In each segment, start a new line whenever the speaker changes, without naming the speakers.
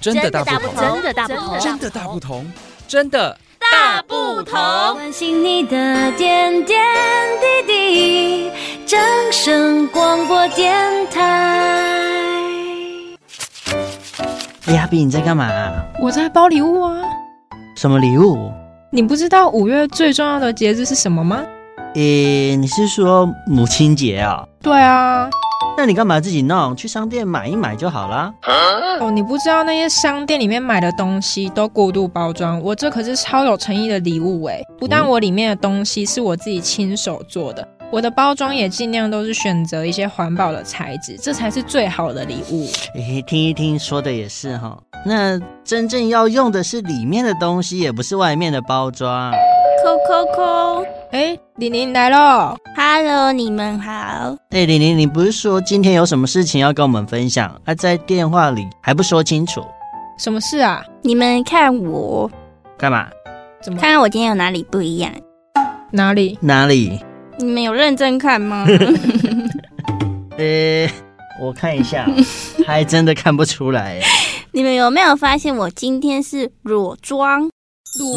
真的大不
不
同，
同
真的大不
真
同
的，
真的大不同，真的
大不同。
关心你的点点滴滴，掌声广播电台。
哎呀，比你在干嘛、
我在包礼物啊！
什么礼物？
你不知道五月最重要的节日是什么吗？
诶，你是说母亲节啊、
对啊，
那你干嘛自己弄？去商店买一买就好啦。
哦，你不知道那些商店里面买的东西都过度包装，我这可是超有诚意的礼物诶。不但我里面的东西是我自己亲手做的，我的包装也尽量都是选择一些环保的材质，这才是最好的礼物。
诶，听一听，说的也是哈。那真正要用的是里面的东西，也不是外面的包装。
扣扣扣
诶，玲玲来喽！
，Hello，你们好。
哎，玲玲，你不是说今天有什么事情要跟我们分享？啊，在电话里还不说清楚，
什么事啊？
你们看我，
干嘛？
怎么
看看我今天有哪里不一样？
哪里？
哪里？
你们有认真看吗？
呃，我看一下，还真的看不出来。
你们有没有发现我今天是裸妆？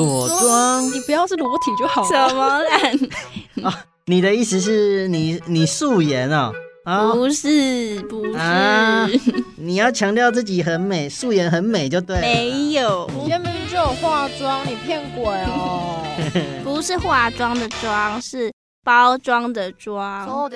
裸妆？
你不要是啊裸体就好了。
怎么烂？
你的意思是你你素颜哦？啊、
不是，不是，
啊你要强调自己很美，素颜很美就对了。
没有，
你今天明明就有化妆，你骗鬼哦！
不是化妆的妆，是包装的装。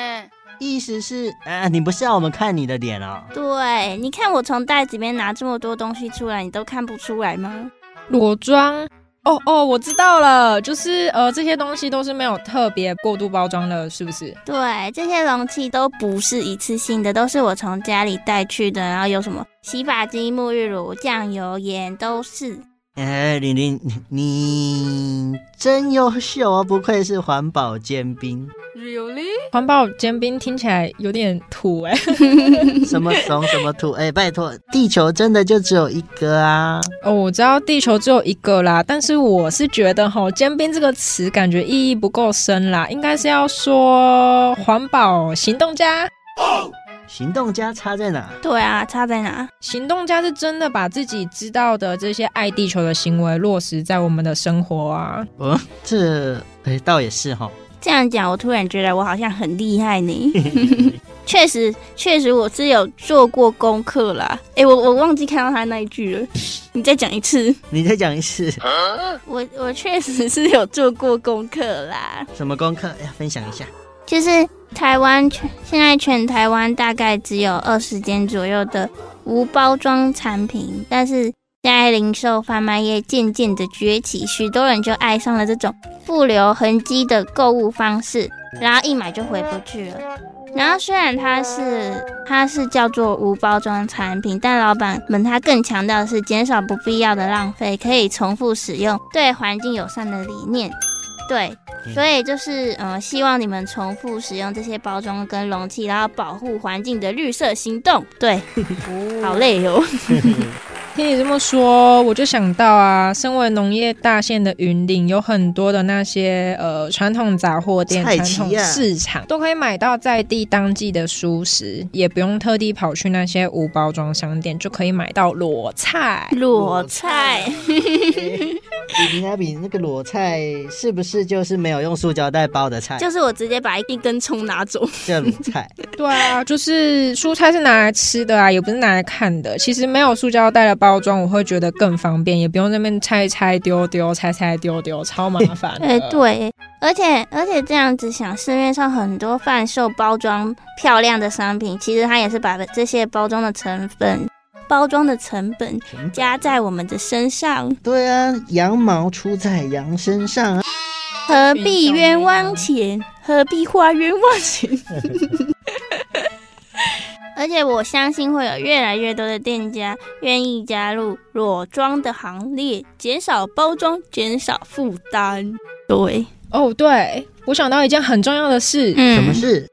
意思是，啊，你不是要我们看你的脸哦？
对，你看我从袋子里面拿这么多东西出来，你都看不出来吗？
裸妆。哦哦，我知道了，就是呃，这些东西都是没有特别过度包装的，是不是？
对，这些容器都不是一次性的，都是我从家里带去的。然后有什么洗发精、沐浴乳、酱油、盐都是。
哎，玲玲，你你真优秀哦，不愧是环保尖 兵，
环保煎饼听起来有点土哎、
什么怂什么土，哎，拜托，地球真的就只有一个啊！
哦，我知道地球只有一个啦，但是我是觉得吼，煎饼这个词感觉意义不够深啦，应该是要说环保行动家。
行动家差在哪？
对啊，差在哪？
行动家是真的把自己知道的这些爱地球的行为落实在我们的生活啊。
嗯，这哎倒也是哈、
这样讲，我突然觉得我好像很厉害呢。确实，确实我是有做过功课啦。诶，我我忘记看到他那一句了，你再讲一次。
你再讲一次
我我确实是有做过功课啦，
什么功课？哎呀，分享一下。
就是台湾全现在全台湾大概只有二十间左右的无包装产品，但是现在零售贩卖业渐渐的崛起，许多人就爱上了这种不留痕迹的购物方式，然后一买就回不去了。然后虽然它是它是叫做无包装产品，但老板们他更强调的是减少不必要的浪费，可以重复使用，对环境友善的理念。对，
嗯
所以就是嗯、呃希望你们重复使用这些包装跟容器，然后保护环境的绿色行动。对，好累 哦。
听你这么说，我就想到啊，身为农业大县的云林，有很多的那些呃传统杂货店、
菜
传
奇
统
啊
市场，都可以买到在地当季的蔬食，也不用特地跑去那些无包装商店，就可以买到裸菜。
裸菜。
比比亚哎比那个裸菜是不是就是没有用塑胶袋包的菜？
就是我直接把一根葱拿走。
叫裸菜。
对啊，就是蔬菜是拿来吃的啊，也不是拿来看的。其实没有塑胶袋的包装，我会觉得更方便，也不用那边拆拆丢丢、拆拆丢丢，超麻烦 的。
哎、对，而且而且这样子想，市面上很多贩售包装漂亮的商品，其实它也是把这些包装的成本、包装的成本加在我们的身上，
对啊，羊毛出在羊身上啊。
何必冤枉钱？何必花冤枉钱？ 而且我相信会有越来越多的店家愿意加入裸装的行列，减少包装，减少负担。对，
哦，对，我想到一件很重要的事，
嗯
什么事？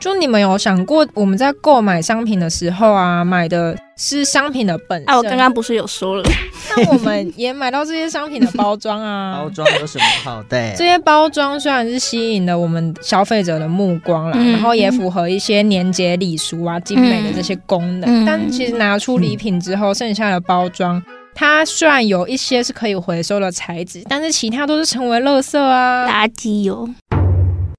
就你们有想过，我们在购买商品的时候啊，买的是商品的本身？
啊，我刚刚不是有说了，
像我们也买到这些商品的包装 啊，
包装有什么好的？
这些包装虽然是吸引了我们消费者的目光啦，
嗯
然后也符合一些年节礼俗啊、精美的这些功能，
嗯
但其实拿出礼品之后，剩下的包装。它虽然有一些是可以回收的材质，但是其他都是成为垃圾啊。
垃圾哦油，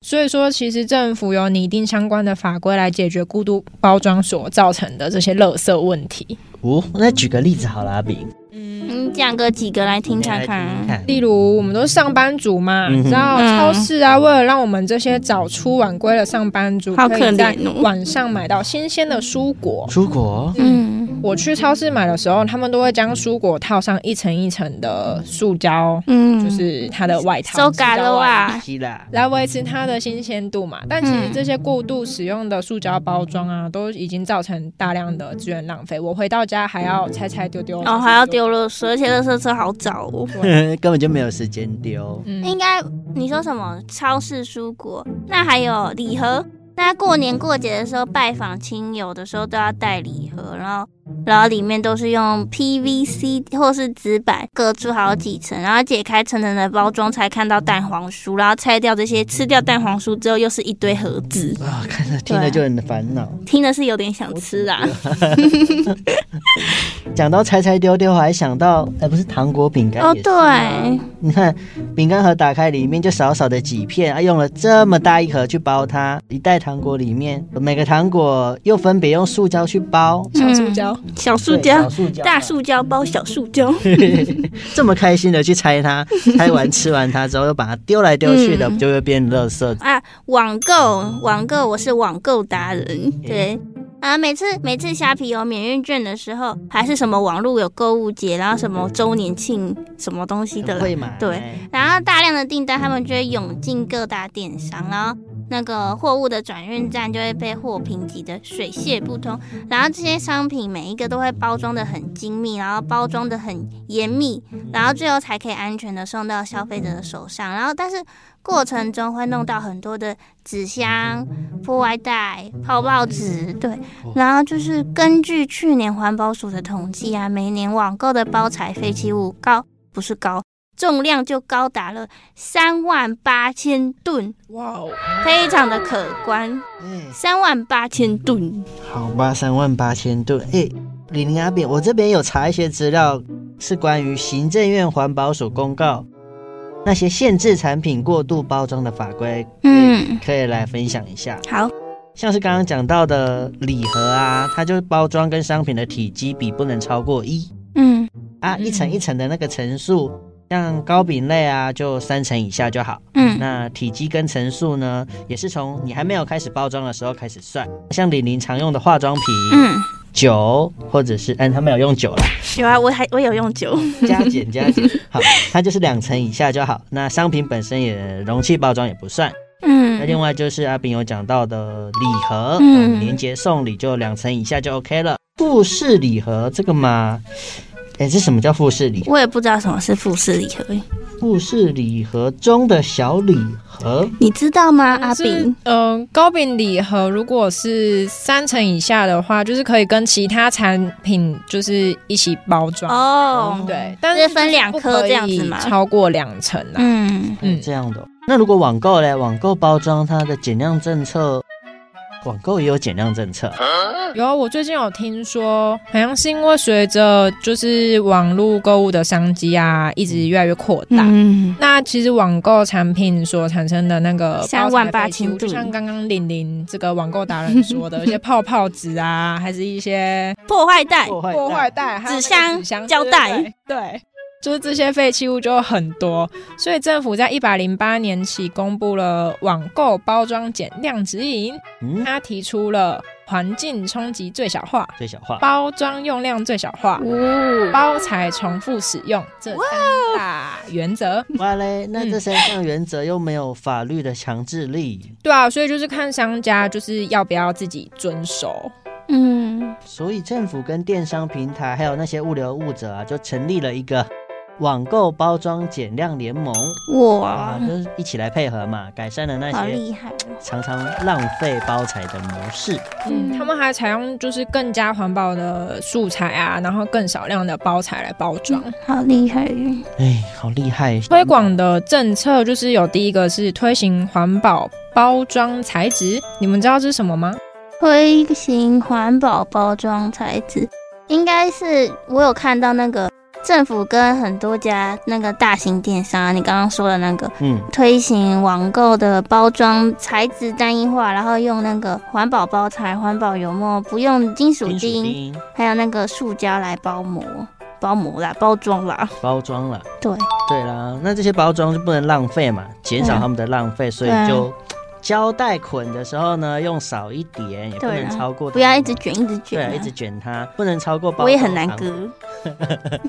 所以说，其实政府有拟定相关的法规来解决孤独包装所造成的这些垃圾问题。
哦，那举个例子好了，阿炳，
你嗯讲个几个来听
你
看啊
来听
看。
听看。
例如，我们都是上班族嘛，
嗯哼
你知道
嗯
超市啊，为了让我们这些早出晚归的上班族，
好可
以在
怜哦
晚上买到新鲜的蔬果。
出国，
嗯
我去超市买的时候，他们都会将蔬果套上一层一层的塑胶，
嗯，
就是它的外套，
收嘎了
啊，
哇，
希腊，
来维持它的新鲜度嘛。但其实
嗯
这些过度使用的塑胶包装啊，都已经造成大量的资源浪费。我回到家还要拆拆丢丢，
然哦后还要丢垃圾，而且垃圾车好找哦。
根本就没有时间丢。
嗯，
应该你说什么？超市蔬果，那还有礼盒。那过年过节的时候拜访亲友的时候都要带礼盒，然后然后里面都是用 PVC 或是纸板隔出好几层，然后解开层层的包装才看到蛋黄酥，然后拆掉这些，吃掉蛋黄酥之后又是一堆盒子，
啊，看
嗯
着听着就很烦恼。
听的是有点想吃啊。
讲到拆拆丢丢，我还想到，哎，不是糖果饼干
哦，
也是
对，
你看饼干盒打开，里面就少少的几片，啊，用了这么大一盒去包它，一袋糖果里面每个糖果又分别用塑胶去包，
小塑胶。
小塑
对
胶
小、塑胶、
大塑胶包小塑胶，
这么开心的去拆它，拆完吃完它之后，又把它丢来丢去的，
嗯
不就会变垃圾？
啊，网购，网购，我是网购达人，对。啊，每次每次虾皮有免运券的时候，还是什么网络有购物节，然后什么周年庆什么东西的，
会买，
对，然后大量的订单，他们就会涌进各大电商，然后那个货物的转运站就会被货品挤得水泄不通。然后这些商品每一个都会包装的很精密，然后包装的很严密，然后最后才可以安全的送到消费者的手上。然后但是过程中会弄到很多的纸箱、破外袋、泡泡纸，对。然后就是根据去年环保署的统计啊，每年网购的包材废弃物高不是高。重量就高达了三万八千吨，
哇哦！
非常的可观。
哎
三万八千吨，
好吧，三万八千吨。哎、李玲阿扁，我这边有查一些资料，是关于行政院环保署公告那些限制产品过度包装的法规，
嗯，
可以来分享一下。
好，
像是刚刚讲到的礼盒啊，它就是包装跟商品的体积比不能超过一
嗯
啊，一层一层的那个层数，像糕饼类啊，就三层以下就好。
嗯
那体积跟层数呢，也是从你还没有开始包装的时候开始算。像李玲常用的化妆品，
嗯，
酒，或者是嗯，他没有用酒啦，
有啊，我还我有用酒，
加减加减，好，它就是两层以下就好。那商品本身也容器包装也不算。那另
嗯
外就是阿炳有讲到的礼盒，
嗯
嗯，年节送礼就两层以下就 OK 了。复式礼盒这个嘛，哎，这什么叫复式礼？
我也不知道什么是复式礼盒，
复式礼盒中的小礼盒，
你知道吗，阿
是
炳？，
嗯、糕饼礼盒如果是三层以下的话，就是可以跟其他产品就是一起包装。
哦，
对，但是
就是分两颗这样子吗
不可以超过两层啦。
嗯，
嗯
嗯，这样的哦。那如果网购嘞，网购包装它的减量政策，网购也有减量政策，
然后我最近有听说，好像是因为随着就是网络购物的商机啊，一直越来越扩大。
嗯，
那其实网购产品所产生的那个
三万八千
包材废弃物就
度
像刚刚玲玲这个网购达人说 的，一些泡泡纸啊，还是一些
破坏袋，
破坏
破
袋
坏袋、还有那
纸
个
箱
箱
胶带
对不对对。就是这些废弃物就很多，所以政府在一百零八年起公布了网购包装减量指引，
嗯，
它提出了环境冲击最小化、
最小化。
包装用量最小化、
哦，
包材重复使用这三大原则。
哇嘞，那
嗯
这三项原则又没有法律的强制力，
对啊，所以就是看商家就是要不要自己遵守。
嗯
所以政府跟电商平台还有那些物流业者啊，就成立了一个网购包装减量联盟，
哇
啊，，就是一起来配合嘛，改善了那
好
些
厉害哦！
常常浪费包材的模式。
嗯，他们还采用就是更加环保的素材啊，然后更少量的包材来包装。
好厉害！
哎，好厉害！
推广的政策就是有第一个是推行环保包装材质，你们知道这是什么吗？
推行环保包装材质，应该是我有看到那个政府跟很多家那个大型电商啊，你刚刚说的那个
嗯，
推行网购的包装材质单一化，然后用那个环保包材、环保油墨，不用金属
金属
钉，
钉
还有那个塑胶来包膜、包膜啦、包装啦。
包装了。
对，
对啦，那这些包装就不能浪费嘛，减少他们的浪费，所
对啊
以就胶带捆的时候呢，用少一点，也不
对
能
啦
超过它们，
不要一直卷，一直
对
卷、
啊，一直卷它，不能超过包。
我也很难，割。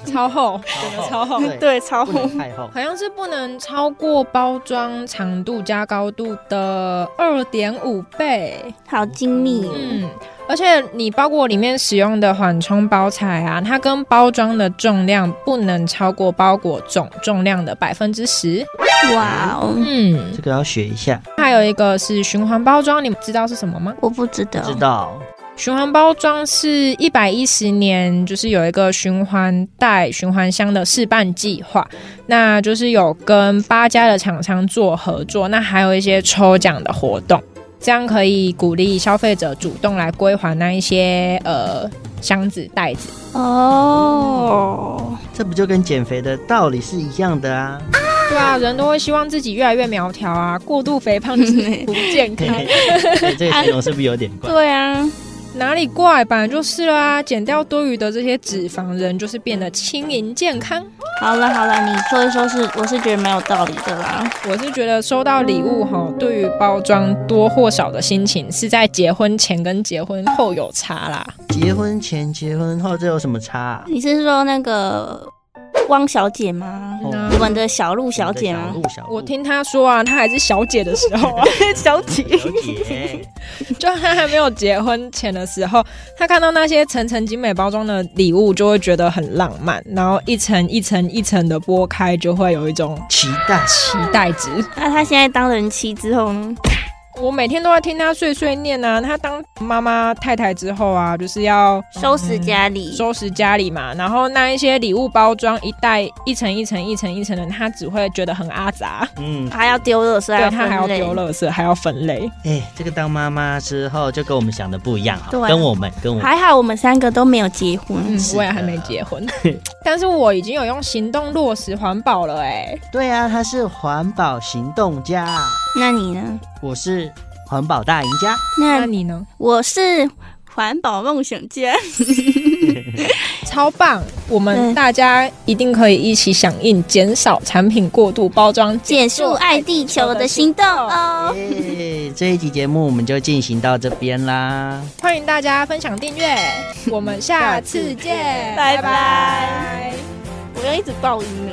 超厚，
超
整个
厚
超厚。
对
对，超
不
厚。
能太 厚。
好像是不能超过包装长度加高度的二点五倍。
好精密哦。
嗯，而且你包裹里面使用的缓冲包材啊，它跟包装的重量不能超过包裹总重量的百分之十。
哇哦，
嗯
这，个要学一下，
还有一个是循环包装，你们知道是什么吗？
我不知道。
知道
循环包装是一百一十年，就是有一个循环袋、循环箱的示范计划，那就是有跟八家的厂商做合作，那还有一些抽奖的活动，这样可以鼓励消费者主动来归还那一些呃箱子、袋子。
哦，
这不就跟减肥的道理是一样的 啊？
对啊，人都会希望自己越来越苗条啊，过度肥胖就是 不健
嘿
康
嘿，所以这个形容是不是有点 怪？
对啊，
哪里怪？本来就是啦、减掉多余的这些脂肪，人就是变得轻盈健康。
好了好了，你说一说是，我是觉得没有道理的啦。
我是觉得收到礼物哈，对于包装多或少的心情是在结婚前跟结婚后有差啦。
结婚前、结婚后这有什么差啊？
你是说那个汪小姐吗？
哦
那
我们的小鹿小姐
小
吗？
鹿小鹿
我听她说啊，她还是小姐的时候啊，
小姐，
小姐，
就她还没有结婚前的时候，她看到那些层层精美包装的礼物，就会觉得很浪漫，然后一层一层一层的剥开，就会有一种
期 待
期待值。
那啊她现在当人妻之后呢？
我每天都在听她碎碎念啊，她当妈妈太太之后啊，就是要
收拾家里，
收拾家里嘛，然后那一些礼物包装一袋一层一层一层一层的，他只会觉得很阿杂，
嗯，
还要丢垃圾，
对
要
他还要
分类
丢。垃圾，还要分类。
哎、这个当妈妈之后就跟我们想的不一样哈，
对啊
跟我们跟我们
还好我们三个都没有结婚，
嗯，
是
我也还
的
没结婚， 但是我已经有用行动落实环保了、欸，
对啊，他是环保行动家，
那你呢？
我是环保大赢家。
那
那
你呢？
我是环保梦想 家。
超棒！我们
对
大家一定可以一起响应减少产品过度包装，
简述爱地球的行 动哦。
哎这一集节目我们就进行到这边啦。
欢迎大家分享订阅，我们 下次见，
拜拜
拜
我要一直爆音呢。